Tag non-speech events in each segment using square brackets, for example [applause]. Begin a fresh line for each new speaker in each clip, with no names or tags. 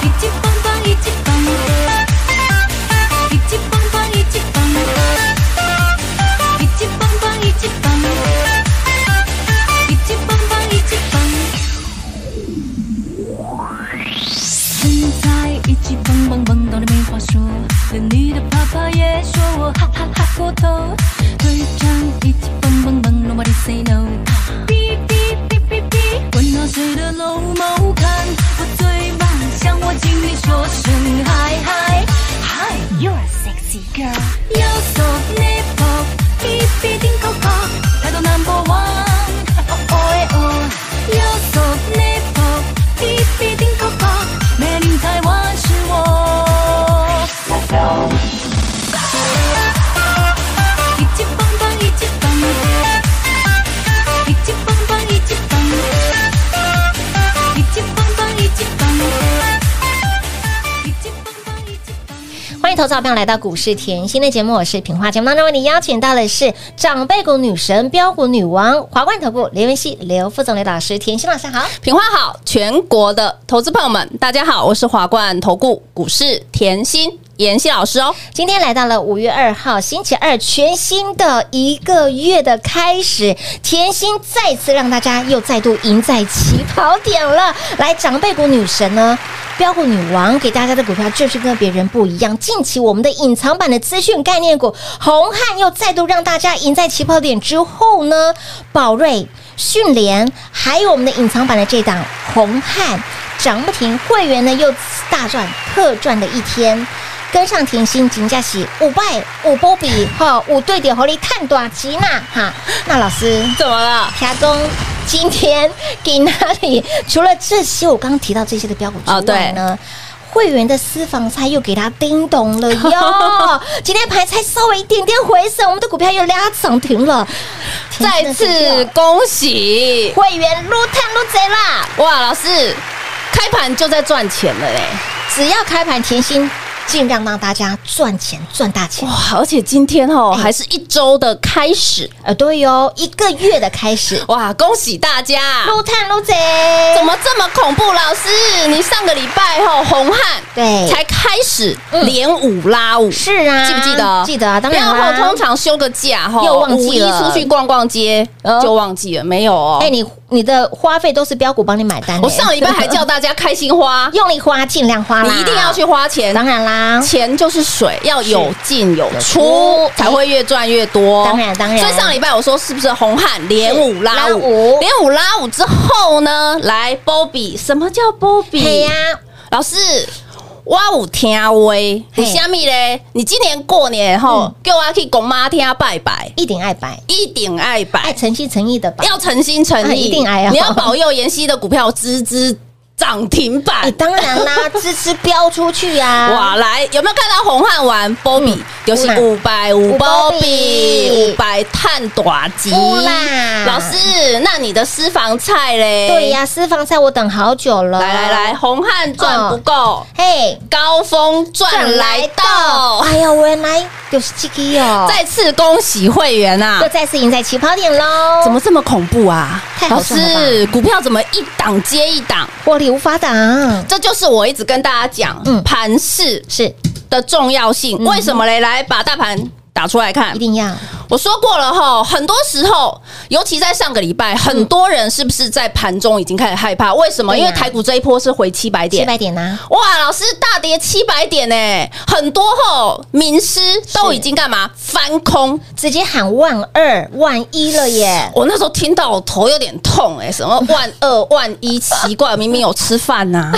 一级棒棒一级棒，一级棒棒一级棒，一级棒棒一级棒，一级棒棒一级棒。现在一起蹦蹦蹦，到底没话说，连你的爸爸也说我哈哈哈过头。队长一起蹦蹦蹦，Nobody say no。哔哔哔哔哔，管他谁的老猫看我最棒，向我经理说声嗨嗨嗨，You're a sexy girl。右手 nipple，哔哔叮扣扣，态度 number one。哦哦哦，右手 nipple，哔哔叮扣扣，美丽台湾是我。一级棒棒一级棒，一级棒棒一级棒，一级棒棒一级棒，一级棒棒一级棒。
欢迎投资好朋友来到股市甜心的节目，我是平花。节目当中为你邀请到的是长辈股女神、标股女王华冠投顾刘文熙、刘副总、刘老师，甜心老师好。
品花好，全国的投资朋友们，大家好，我是华冠投顾股市甜心妍希老师哦。
今天来到了五月二号星期二，全新的一个月的开始，甜心再次让大家又再度赢在起跑点了。来，长辈股女神呢，标股女王给大家的股票就是跟别人不一样。近期我们的隐藏版的资讯概念股红汉又再度让大家赢在起跑点之后呢，宝瑞、迅联还有我们的隐藏版的这档红汉涨不停，会员呢又大赚特赚的一天。跟上甜心金价喜五拜五波比哈五对点红利探短吉娜啊哈，那老师
怎么了？
霞中今天给哪里？除了这些我刚刚提到这些的标股
哦
之外
对
呢？会员的私房菜又给他叮咚了
[laughs]
哟！今天盘菜稍微一点点回升，我们的股票又拉涨停了。甜心的股票
再次恭喜！
会员撸探撸贼啦！
哇，老师，开盘就在赚钱了嘞！
只要开盘甜心，尽量让大家赚钱赚大钱。
哇，而且今天哦，还是一周的开始，
呃，对哟，一个月的开始，
哇，恭喜大家！
撸探撸贼，
怎么这么恐怖？老师，你上个礼拜吼红汉
对
才开始连五拉五，
是啊？
记不记得？
记得啊，当然
不要吼
啦
通。常休个假吼，
又忘
五
记
一
了
出去逛逛街
哦
就忘记了，没有哦。
哎，你你的花费都是标股帮你买单的。，
我上礼拜还叫大家开心
[laughs]
花
用力花，尽量花啦，
你一定要去花钱，
当然啦，
钱就是水，要有进有
有
出
出，
才会越赚越多。
当然当然
所以上礼拜我说是不是红汉连五拉
是拉五
五？连五拉五之后呢，来波比，什么叫波比？
嘿呀，
老师，我有听威，
嘿
你虾米嘞？你今年过年后
嗯
叫我去公妈听拜拜，
一定爱白，
一定爱
爱
拜，
诚心诚意的吧。
要诚心诚
哎啊
意，
一定爱哦
你要保佑妍希的股票支支涨停
哎，
板。
当然
[laughs]
啦，支持标出去啊呀。
哇，来有没有看到红汉玩波比？就是
嗯有啦
五百五波比，
有
五百探短集
有啦。
老师，那你的私房菜嘞？
对、呀，私房菜我等好久了。
来来来，，红汉赚不够，
哦嘿，
高峰赚来到。
哎呀，原来就是这个哦，
再次恭喜会员啊
又！再次赢在起跑点喽。
怎么这么恐怖啊
太？好
老
赚了吧
师，股票怎么一档接一档？
获利无法挡？
这就是我一直跟大家讲，
嗯
盘市
是
的重要性。
嗯
为什么嘞？来把大盘打出来看
一。定要
我说过了哈，很多时候，尤其在上个礼拜，很多人是不是在盘中已经开始害怕？为什么？
嗯对
因
呀
为台股这一波是回七百
七
点。
百点啊呐，
哇，老师大跌七百点呢、很多吼名师都已经干嘛翻空，
直接喊万二万一了耶！
我那时候听到我头有点痛哎、什么万二万一，奇怪，明明有吃
[laughs]
饭呐、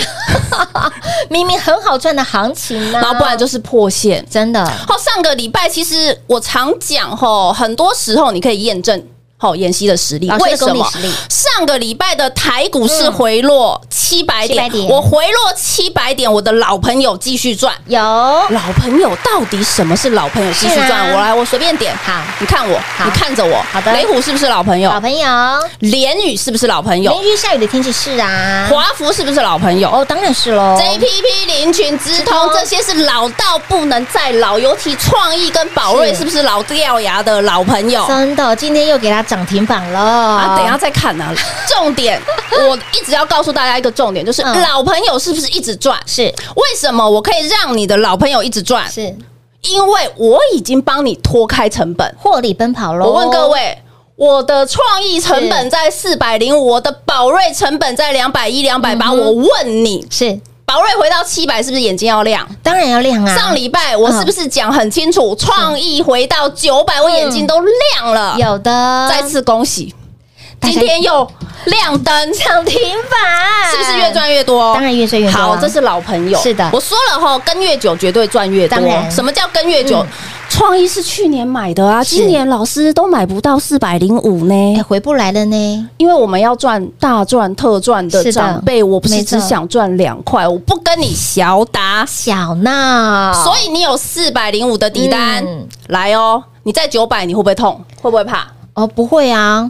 明明很好赚的行情呢，
然后不然就是破线。
真的
哦后上个礼拜其实我常讲吼，很多时候你可以验证。好妍希的实力
老，师
为
的
什
功力
么
实力？
上个礼拜的台股是回落七百点，
700点
我回落七百点，我的老朋友继续赚。
有
老朋友到底什么是老朋友继续
是啊
赚？我来，我随便点。
好
你看我，
好
你看着我。
好的
雷虎是不是老朋友
老？朋友，
联宇是不是老朋友
连？日下雨的天气是啊，
华福是不是老朋友？
哦，当然是喽。
JPP、林群、直
直通
通这些是老到不能再老，尤其创意跟宝瑞
是
是不是老掉牙的老朋友？
真的，今天又给它涨停板了。
啊，等一下再看
[laughs]
啊。重点，我一直要告诉大家一个重点，就是
嗯
老朋友是不是一直赚？
是
为什么我可以让你的老朋友一直赚？
是
因为我已经帮你脱开成本。
获利奔跑喽。
我问各，位，我的创意成本在四百零五，我的宝瑞成本在两百一、两百
嗯
八。我问你，
是
宝瑞回到七百，是不是眼睛要亮？
当然要亮啊。
上礼拜我是不是讲很清楚？创意回到九百，我眼睛都亮了。
有的，
再次恭喜，
大
今
家
天又亮灯， [laughs] 是
涨停板，
不是越？赚越多？
当然越赚越多啊
好，这是老朋友。
是的
我说了哈，跟越久绝对赚越多
当然。
什么叫跟越久？创意嗯是去年买的啊，
是
今年老师都买不到四百零五呢
哎，。回不来了呢。
因为我们要赚大赚特赚的
是的
长辈，我不
没
是
错
只想赚两块，我不跟你小打。
小闹，
所以你有四百零五的底单、
啊嗯
来哦，你在九百你会不会痛？会不会怕？
哦，不会啊，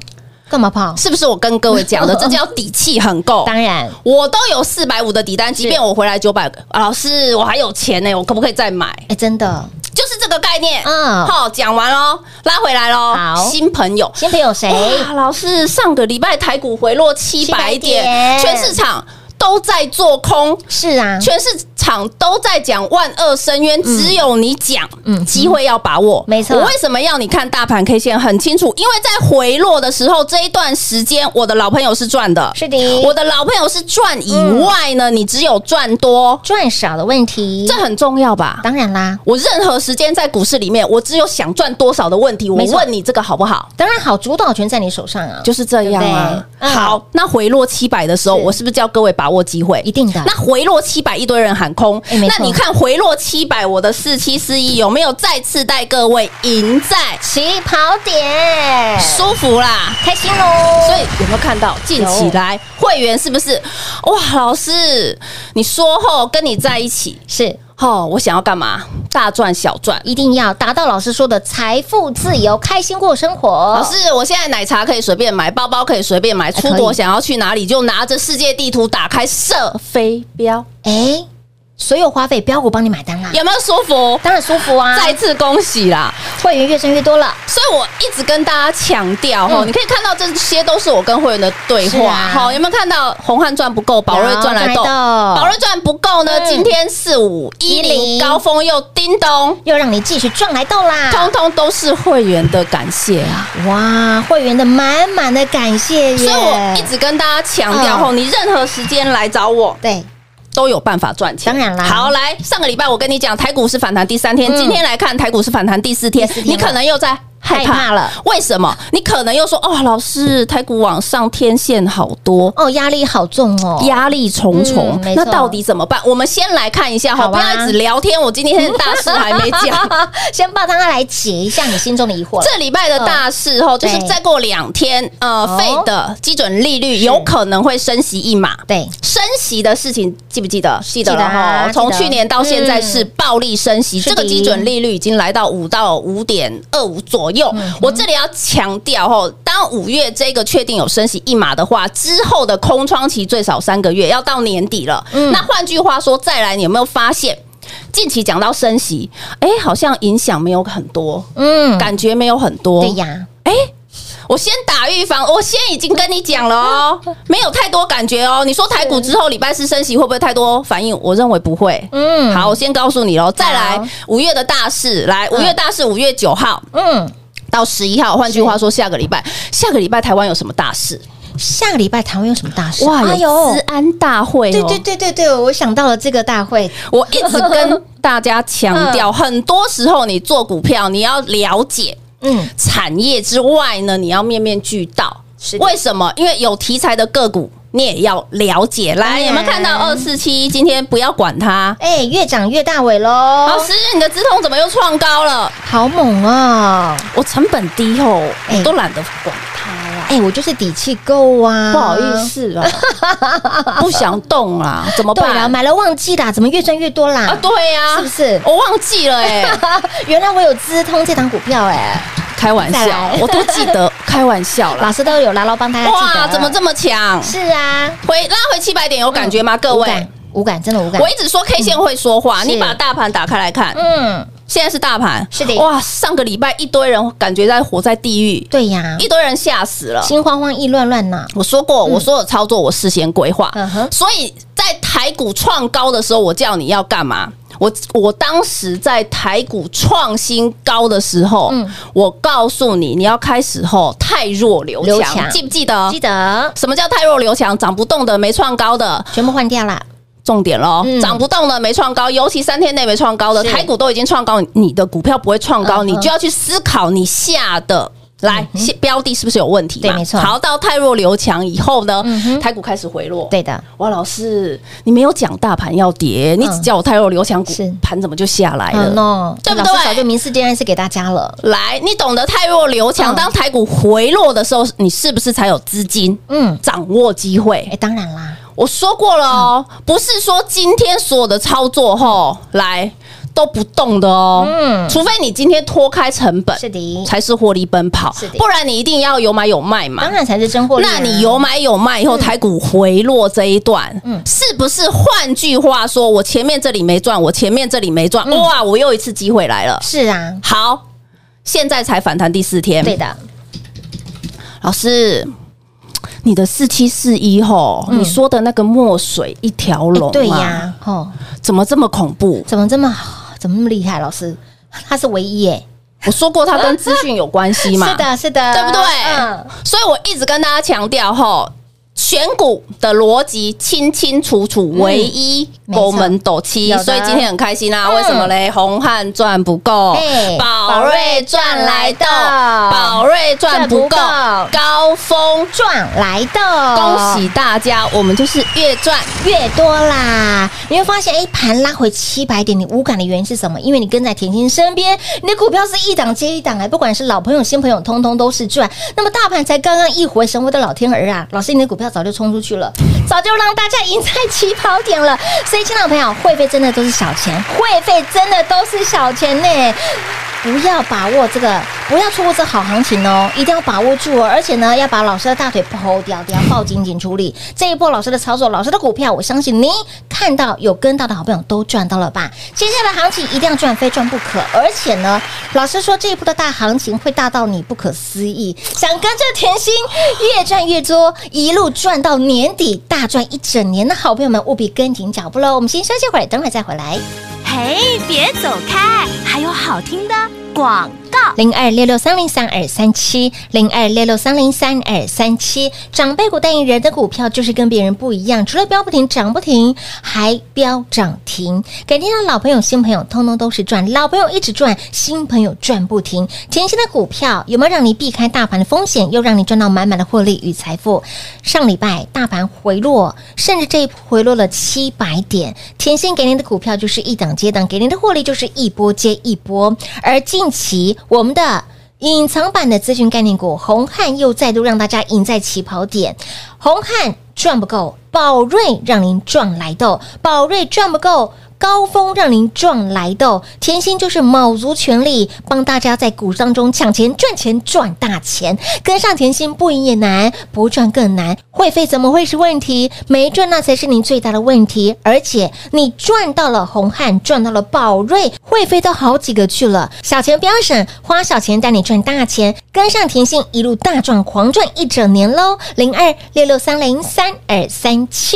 干嘛跑？
是不是我跟各
[laughs]
位讲的？这叫底气很够。
当然，
我都有四百五的底单，即便我回来九百个，啊老师我还有钱呢、我可不可以再买？
哎，真的，
就是这个概念。
嗯
好，讲完喽，拉回来喽。
好
新朋友，
先朋友谁？
哇，老师上个礼拜台股回落七百
700
点，
点
全市场都在做空，
是啊，
全市场都在讲万恶深渊，只有你讲，
嗯
嗯，机会要把握，
没错
我为什么要你看大盘 K 线很清楚？因为在回落的时候，这一段时间，我的老朋友是赚的，
是的
我的老朋友是赚以外呢，你只有赚多，
赚少的问题
这，很重要吧？
嗯当然啦，
我任何时间在股市里面，我只有想赚多少的问题，我
没错
问你这个好不好？
当然好，主导权在你手上啊，
就是这样啊。
对不对嗯
好，那回落七百的时候，
是
我是不是叫各位把握机会？
一定的
那回落七百，一堆人喊空，
嗯哎没错
那你看回落七百，我的四七四一有没有再次带各位赢在
起跑点，
舒服啦？
开心喽。
所以有没有看到近期来会员是不是哇？老师，你说后跟你在一起，
是
哦，我想要干嘛？大赚小赚。
一定要达到老师说的财富自由，开心过生活。
老
老
师，我现在奶茶可以随便买，包包可以随便买，出
哦哎可
国
以
想要去哪里就拿着世界地图打开射飞镖，
哎，所有花费标股帮你买单啦，
有没有舒服？
当然舒服啊，
再次恭喜啦！
会员越挣越多了，
所以我一直跟大家强调哦，
嗯
你可以看到这些都是我跟会员的对
是
话
啊。
好、有没有看到红汉赚不够，宝瑞赚来
有
斗？
赚来斗
宝瑞赚不够呢？
嗯
今天四五一
10
零高峰又叮咚，
又让你继续赚来到啦，
通通都是会员的感谢啊！
哇，会员的满满的感谢耶！
所以我一直跟大家强调
嗯
哦，你任何时间来找我，
对
都有办法赚钱。
当然啦
好，来上个礼拜我跟你讲，台股是反弹第三天，
嗯
今天来看台股是反弹第四天
第四，天
你
了
可能又在。害
害怕
怕
了
了，为什么？你可能又说哦，老师，台股往上天线好多，
哦，压力好重哦，
压力重重
嗯没，错
那到底怎么办？我们先来看一下
好啊
哈，不要一直聊天，我今天大事还没
[laughs]
讲。
先帮他来解一下你心中的疑惑。
这礼拜的大事哦，就是
对
再过两天，呃
哦，
费的基准利率有可能会升息一码，
对
升息的事情记不记得？记得
记得
了
啊记
哈，
得
从去年到现在是暴力升息，
是的
这个基准利率已经来到五到五点二五左
嗯
右。我这里要强调哦，当五月这个确定有升息一码的话，之后的空窗期最少三个月，要到年底了。
嗯
那换句话说，再来你有没有发现？近期讲到升息，哎，好像影响没有很多，
嗯，
感觉没有很多。
对呀，
哎我先打预防，我先已经跟你讲了哦，
[laughs]
没有太多感觉哦。你说台股之后礼拜四升息会不会太多反应？我认为不会。
嗯，
好，我先告诉你喽。再
好
来，五月的大事，来五月大事，五月九号
嗯，
到十一号，换句话说，下个礼拜，下个礼拜台湾有什么大事？
下个礼拜台湾有什么大事？
哇，有治安大会哦。
哎对对对对对，我想到了这个大会，
我一直跟大家强
[laughs]
调，很多时候你做股票，你要了解
嗯，
产业之外呢，你要面面俱到
是。的
为什么？因为有题材的个股你也要了解。来，
当然
有没有看到二四七？今天不要管它。
哎，越长越大尾
老
喽，
师，你的资通怎么又创高了？
好猛啊！
我成本低哦，
哎
我都懒得管它了。
哎，我就是底气够啊，
不好意，思
[laughs]
啊，不想动啦，怎么
对了，
办？
买了忘记啦，怎么越赚越多
啊，
啦？
对呀，
是不是
我忘记了哎，
[laughs] 原来我有资通这档股票哎，
开玩
再
笑
来，
我都记
[laughs]
得，开玩笑啦
老。师都有牢牢帮大家记得
哇，
了。
怎么这么强？
是啊？
回拉回七百点有感觉吗？各
无
位
感，，无感，真的无感
我。一直说 K 线会说话，
是
你把大盘打开来看，
嗯，
现在是大盘，
是的
哇，上个礼拜一堆人感觉在活在地狱，
对呀，
一堆人吓死了。
心慌慌、意乱乱呐。
我说过，我所有操作我事先规划
嗯哼，
所以在台股创高的时候，我叫你要干嘛？我我当时在台股创新高的时候
嗯，
我告诉你，你要开始后太弱留
留
强，
强
记不记得
记？得
什么叫太弱留强？涨不动的，没创高的，
全部换掉啦。
重点喽
嗯，
涨、不动的没创高，尤其三天内没创高的，
是
台股都已经创高，你的股票不会创高，
嗯
你就要去思考你下的。来，下标的是不是有问题嘛？
对没错
好，到太弱留强以后呢，
嗯哼
台股开始回落。，
对的，
哇，老师，你没有讲大盘要跌，你只
嗯
叫我太弱留强股
是，
盘怎么就下来
好
了？
喏，
对不
哦老
对
师早就明示这件事给大家了。
来，你懂得太弱留强，
嗯
当台股回落的时候，你是不是才有资金
嗯，
掌握机会？
哎，当然啦，
我说过了哦，不是说今天所有的操作后来都不动的哦，
嗯
除非你今天脱开成本，
是的，
才是获利奔跑
是的，
不然你一定要有买有卖嘛
当。然才是真啊货。
那你有？买有卖以后，台股回落这一段，
嗯
是不是？换句话说，我前面这里没赚，我前面这里没赚，
嗯
哇，我又一次机会来了。
是啊，
好，现在才反弹第四天，
对的，哎
老师，你的四七四一吼，
嗯
你说的那个墨水一条龙、
哎
啊
对，呀，哦，
怎么这么恐怖？
怎么这么怎么那么厉害？老师，他是唯一耶。
我说过它跟资讯有关系
[laughs]
嘛，
是，的，是的，
对不对？
嗯，
所以我一直跟大家强调吼。选股的逻辑清清楚楚，唯一
嗯没错
狗门斗七
有，的
所以今天很开心啊！
嗯
为什么嘞？红汉赚不够
嘿，
宝瑞赚来的，宝瑞赚不
赚
够
不够，哦
高峰
赚来的，
恭喜大家，我们就是越
[laughs]
赚
越多啦，你会发现，哎，盘拉回七百点，你无感的原因是什么？因为你跟在甜心身边，你的股票是一档接一档哎，不管是老朋友、新朋友，通通都是赚。那么大盘才刚刚一回神，我的老天儿啊！老师，你的股票早就冲出去了，早就让大家赢在起跑点了。所以，亲爱的朋友，会费真的都是小钱，会费真的都是小钱呢。不要把握这个，不要错过这好行情哦，一定要把握住哦！而且呢，要把老师的大腿剖掉，掉抱紧紧处理。这一波老师的操作，老师的股票，我相信您看到有跟到的好朋友都赚到了吧？接下来行情一定要赚，非赚不可。而且呢，老师说这一波的大行情会大到你不可思议，想跟着甜心越赚越多，一路赚到年底，大赚一整年的好朋友们，务必跟紧脚步喽！我们先休息会儿，等会儿再回来。
嘿，别走开，还有好听的广告。
零二六六三零三二三七，零二六六三零三二三七。长辈股代言人的股票就是跟别人不一样，除了标不停、涨不停，还飙涨停。改天的老朋友、新朋友，通通都是赚。老朋友一直赚，新朋友赚不停。甜心的股票有没有让你避开大盘的风险，又让你赚到满满的获利与财富？上礼拜大盘回落，甚至这一波回落了七百点，甜心给您的股票就是一档接档，给您的获利就是一波接一波。而近期我们的隐藏版的资讯概念股红汉又再度让大家赢在起跑点，红汉赚不够，宝瑞让您赚来豆，宝瑞赚不够。高峰让您赚来豆，甜心就是卯足全力帮大家在股市当中抢钱、赚钱、赚大钱。跟上甜心不赢也难，不赚更难。会费怎么会是问题？没赚那才是您最大的问题。而且你赚到了红汉，赚到了宝瑞，会费都好几个去了。小钱不要省，花小钱带你赚大钱，跟上甜心一路大赚狂赚一整年喽！零二六六三零三二三七。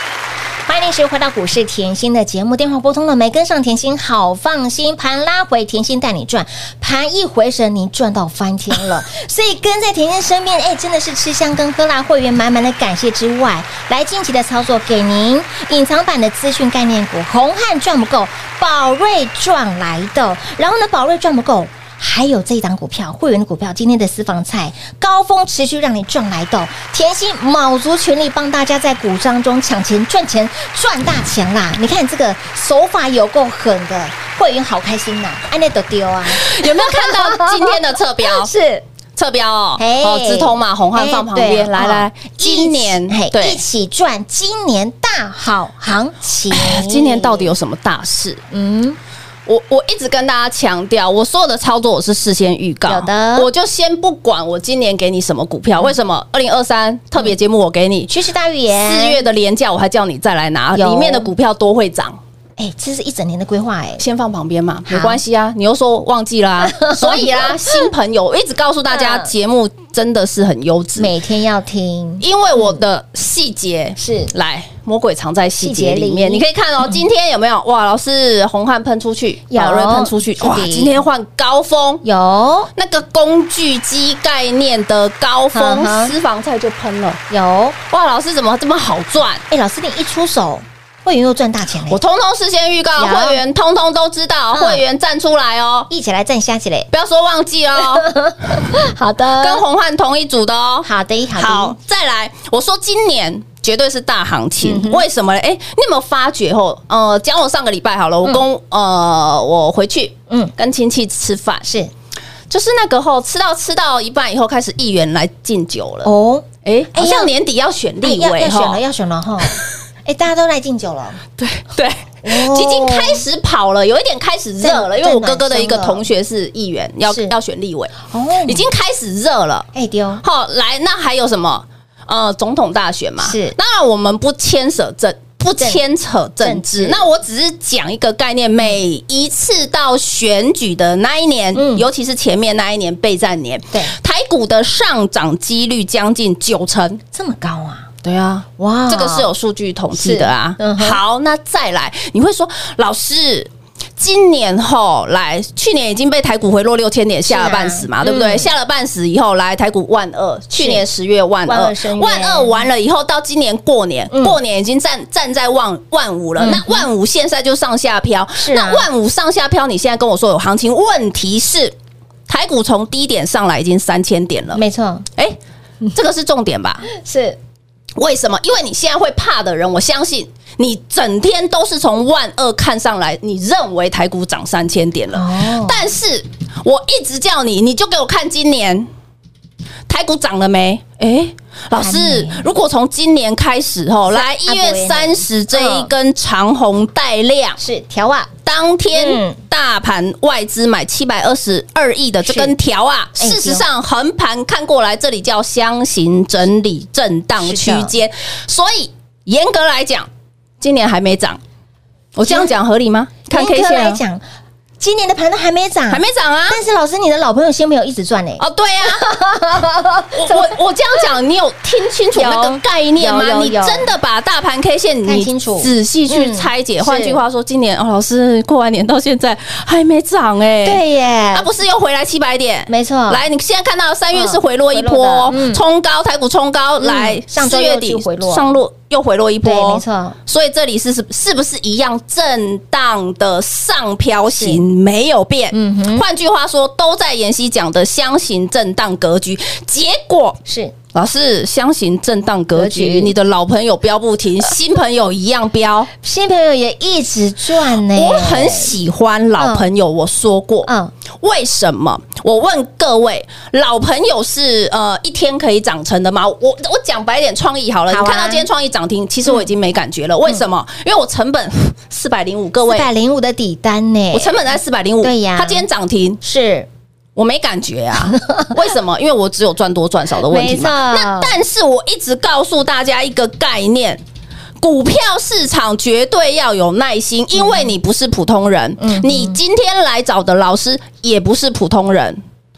欢迎您持续回到股市甜心的节目，电话拨通了没？跟上甜心好放心，盘拉回，甜心带你赚，盘一回神，您赚到翻天了。所以跟在甜心身边，哎，真的是吃香跟喝辣，会员满满的感谢之外，来近期的操作给您隐藏版的资讯概念股，红汉赚不够，宝瑞赚来的，然后呢，宝瑞赚不够。还有这一档股票，会员的股票，今天的私房菜高峰持续让你赚来的哦，甜心卯足全力帮大家在股当中抢钱、赚钱、赚大钱啦！你看这个手法有够狠的，会员好开心呐、安内都丢啊，
有没有看到今天的侧标？
是
侧标
[laughs]
哦，
嘿
哦，直通嘛，红汉放旁
哎对
边，来来
哦，
今年
一起嘿一
对，，
起赚今年大好行情
今年到底有什么大事？
嗯
我我一直跟大家强调，我所有的操作我是事先预告
有的
我就先不管我今年给你什么股票，为什么？二零二三特别节目我给你
趋势大预言
四月的廉价，我还叫你再来拿，
嗯有
里面的股票多会涨。
哎，这是一整年的规划哎，
先放旁边嘛，
好
没关系啊。你又说忘
[laughs]
记啦、所以啦，新朋友，我一直告诉大家，
嗯
节目真的是很优质，
每天要听
因为我的细节
是
来，魔鬼藏在细节
细节
里
里
面。你可以看
[laughs]
哦，今天有没有哇？老师，红汉喷出去，
有啊
宝瑞喷出去
是，的
哇！今天换高峰，
有
那个工具机概念的高
嗯
峰，
哼
私房菜就喷了。
有。
哇，老师怎么这么好赚？
哎、老师，你一出手，会员又赚大钱嘞！
我通通事先预告，
有
会员通通都知道，
嗯
会员站出来哦，
一起来站下去嘞！
不要说忘记哦，
[laughs] 好的
跟红汉同一组的哦。
好的，好的，
好，再来，我说今年绝对是大行情，
嗯
为什么嘞？哎、你有没有发觉吼？呃，讲我上个礼拜好了，我跟、呃我回去，
嗯
嗯，跟亲戚吃饭，
是
就是那个吼，吃到吃到一半以后，开始议员来敬酒了。
哦，
哎、
哎
好
要
像年底要选
哎
立
要
委
要选
吼
了，，要选了哈！哎、大家都来敬酒了，
对对，
哦
[laughs] 已经开始跑了，有一点开始热了，
在
因为我哥哥的一个
在暖身了
同学是议员，要
是
要选立委，
哦，
已经开始热了。
哎丢，
好，来，那还有什么？呃，总统大选嘛，
是
当然我们不牵扯政，不牵扯政
政治
治。那我只是讲一个概念，每一次到选举的那一年，
嗯
尤其是前面那一年备战年，
对
台股的上涨几率将近九成。
这么高啊！
对啊。
哇，
这个是有数据统计的啊
是嗯。哼
好，那再来，你会说老师。今年后来，去年已经被台股回落六千点，吓了半死嘛，
是啊
对不对？
嗯
吓了半死以后，来台股万二，去年十月万
万
二
二深渊，
万二完了以后，到今年过年，
嗯
过年已经站站在万万五了。
嗯
那万五现在就上下飘，
是啊
那万五上下飘，你现在跟我说有行情，问题是台股从低点上来已经三千点了，
没错，
哎，这个是重点吧？
是
为什么？因为你现在会怕的人，我相信你整天都是从万二看上来，你认为台股涨三千点了，
哦，
但是我一直叫你，你就给我看今年台股涨了没？诶，老师
哎还没，啊
如果从今年开始吼，来
阿
一
伯
月三十这
嗯
一根长红带量，
是条啊，
当
嗯
天大盘外资买七百二十二亿的这根条啊，
是哎
事实上横盘看过来，这里叫箱型整理震荡区间，所以严格来讲，今年还没涨。我这样讲合理吗？看 K
严格
线
来
啊
讲，今年的盘都还没涨，
还没。涨啊。
但是老师，你的老朋友新朋友一直赚嘞、
哦，对啊，
[laughs]
我我我这样讲，你有听清楚
有
那个概念
有
吗？
有
你
有
真的把大盘 K 线
看
你
清楚
仔细去
嗯
拆解。
是
换句话说，今年哦，老师过完年到现在还没涨哎，
对耶，
啊，不是又回来七百点？
没错，
来，你现在看到三月是回落一
回落
波
的嗯，
冲高，台股冲高，来
上周
四
又
月
去
底
回落
上落又回落一
对，
波，
没。错，
所以这里是是是不是一样震荡的上飘型没有变？
嗯哼
换句话说，都在妍希讲的箱型震荡格局。结果
是
老师箱型震荡格
格
局，
局呃
你的老朋友标不停，新朋友一样标。
新朋友也一直赚呢、
我很喜欢老朋友，我说过，
哎嗯，
为什么？我问各位，老朋友是呃一天可以长成的吗？我我讲白一点，创意好了，
好啊嗯
你看到今天创意涨停，其实我已经没感觉了。为什么？因为我成本四百零五，各
四
位，
百零五的底单呢、
我成本在四百零五，
对呀
它今天涨停，
是
我没感觉啊，
[laughs]
为什么？因为我只有赚多赚少的问题嘛。
没错
那但是我一直告诉大家一个概念。股票市场绝对要有耐
嗯
心，因为你不是普通人，你今天来找的老师也不是普通人。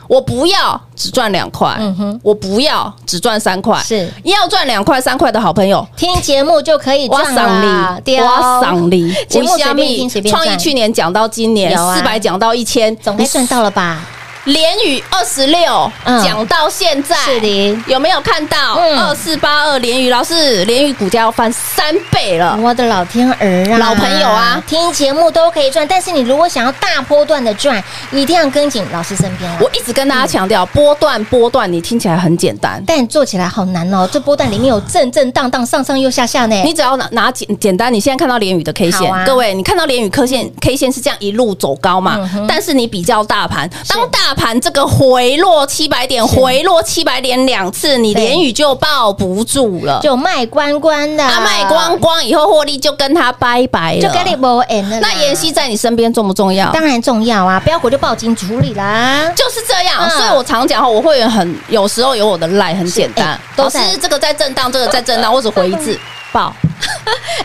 我不要只赚两块，
嗯哼
我不要只赚三块，
是
要赚两块三块的好朋友。
听节目就可以
挖
赚啦
赏，你，挖赏
你，
你，
节目
我下
随便
面
听随便
创意
赚
去年讲到今年
有啊
四百讲到一千，
总该赚到了吧？
连宇二十六
嗯
讲到现在，
是的
有没有看到
嗯
二四八二连宇老师，连宇股价要翻三倍了，
我的呃老天儿啊！
老朋友啊
听节目都可以赚，但是你如果想要大波段的赚，一定要跟紧老师身边啊。
我一直跟大家强
嗯
调，波段波段，你听起来很简单，
但做起来好难哦，这波段里面有震震荡荡、上上又下下呢。
你只要拿拿简简单，你现在看到连宇的 K
好
线，
啊
各位，你看到连宇 K 线 K 线是这样一路走高嘛？
嗯哼
但是你比较大盘，当大盘这个回落七百点，回落七百点两次，你
对
连宇就抱不住了，
就卖关关的，
啊，卖光，光以后获利就跟他拜拜了。
就跟你无缘了啦。
那妍希在你身边重不重要？
当然重要啊，标股就报警处理啦。
就是这样，
嗯
所以我常讲哈，我会员很有时候有我的赖，很简单
哎。都
老师
在，
这个在震荡，这个在震荡，我只回一 [laughs] 次报。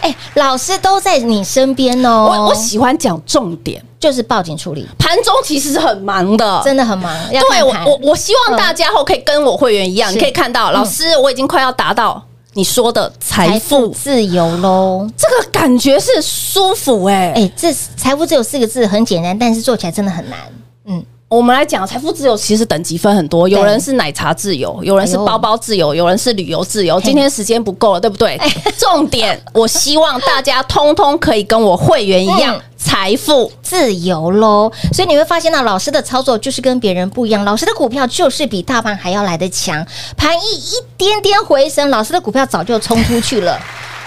哎，老师都在你身边哦，
我我喜欢讲重点，
就是报警处理，
盘中其实是很忙的，
真的很忙。要
对
看
我
盘
我我希望大家后可以跟我会员一样，
是
你可以看到，老师我已经快要达到你说的财
财富
富，
自由喽。
这个感觉是舒服哎、
哎，这财富只有四个字，很简单，但是做起来真的很难。嗯，
我们来讲，财富自由其实等级分很多，有
对
人是奶茶自由，有人是
哎呦
包包自由，有人是旅游自由。今天时间不够了，对不对？
哎
[laughs] 重点，我希望大家通通可以跟我会员一样
嗯，
财富
自由喽。所以你会发现到老师的操作就是跟别人不一样，老师的股票就是比大盘还要来得强，盘一一点点回升，老师的股票早就冲出去了。 [laughs]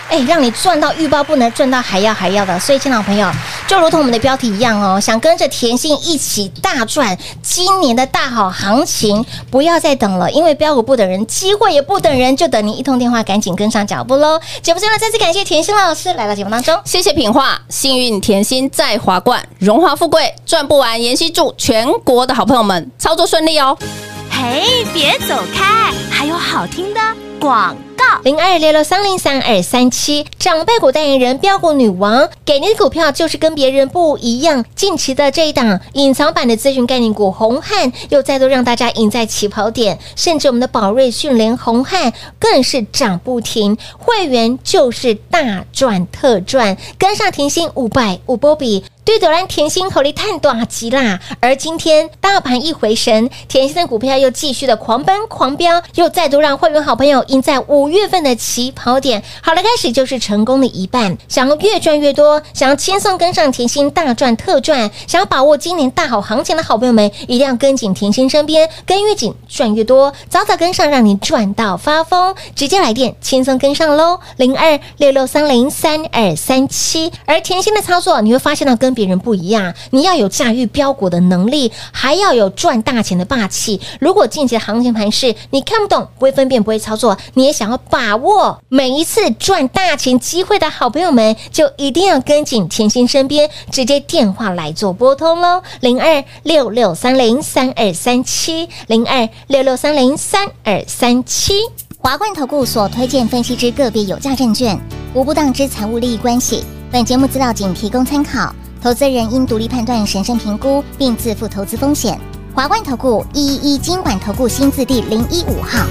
哎，让你赚到欲罢不能，赚到还要还要的。所以，亲爱的朋友，就如同我们的标题一样哦，想跟着甜心一起大赚今年的大好行情，不要再等了，因为标股不等人，机会也不等人，就等您一通电话，赶紧跟上脚步喽。节目最后再次感谢甜心老师来到节目当中。
谢谢品画，幸运甜心在华冠，荣华富贵赚不完。妍希祝全国的好朋友们操作顺利哦。
嘿，别走开，还有好听的广告。
零二六六三零三二三七，长辈股代言人标股女王，给您的股票就是跟别人不一样。近期的这一档隐藏版的咨询概念股红汉，又再度让大家赢在起跑点，甚至我们的宝瑞讯连红汉更是涨不停，会员就是大赚特赚，跟上甜心五百五波比。对的，让甜心口里探短极啦。而今天大盘一回神，甜心的股票又继续的狂奔狂飙，又再度让会员好朋友赢在五月份的起跑点。好了，开始就是成功的一半。想要越赚越多，想要轻松跟上甜心大赚特赚，想要把握今年大好行情的好朋友们，一定要跟紧甜心身边，跟越紧赚越多，早早跟上，让你赚到发疯。直接来电，轻松跟上喽，零二六六三零三二三七。而甜心的操作，你会发现到跟别人不一样，你要有驾驭标股的能力，还要有赚大钱的霸气。如果近期的行情盘势你看不懂，不会分辨，不会操作，你也想要把握每一次赚大钱机会的好朋友们，就一定要跟紧甜心身边，直接电话来做拨通喽，零二六六三零三二三七，零二六六三零三二三七。
华冠投顾所推荐分析之个别有价证券，无不当之财务利益关系。本节目资料仅提供参考，投资人应独立判断、审慎评估，并自负投资风险。华冠投顾一一一金管投顾新字第零一五号。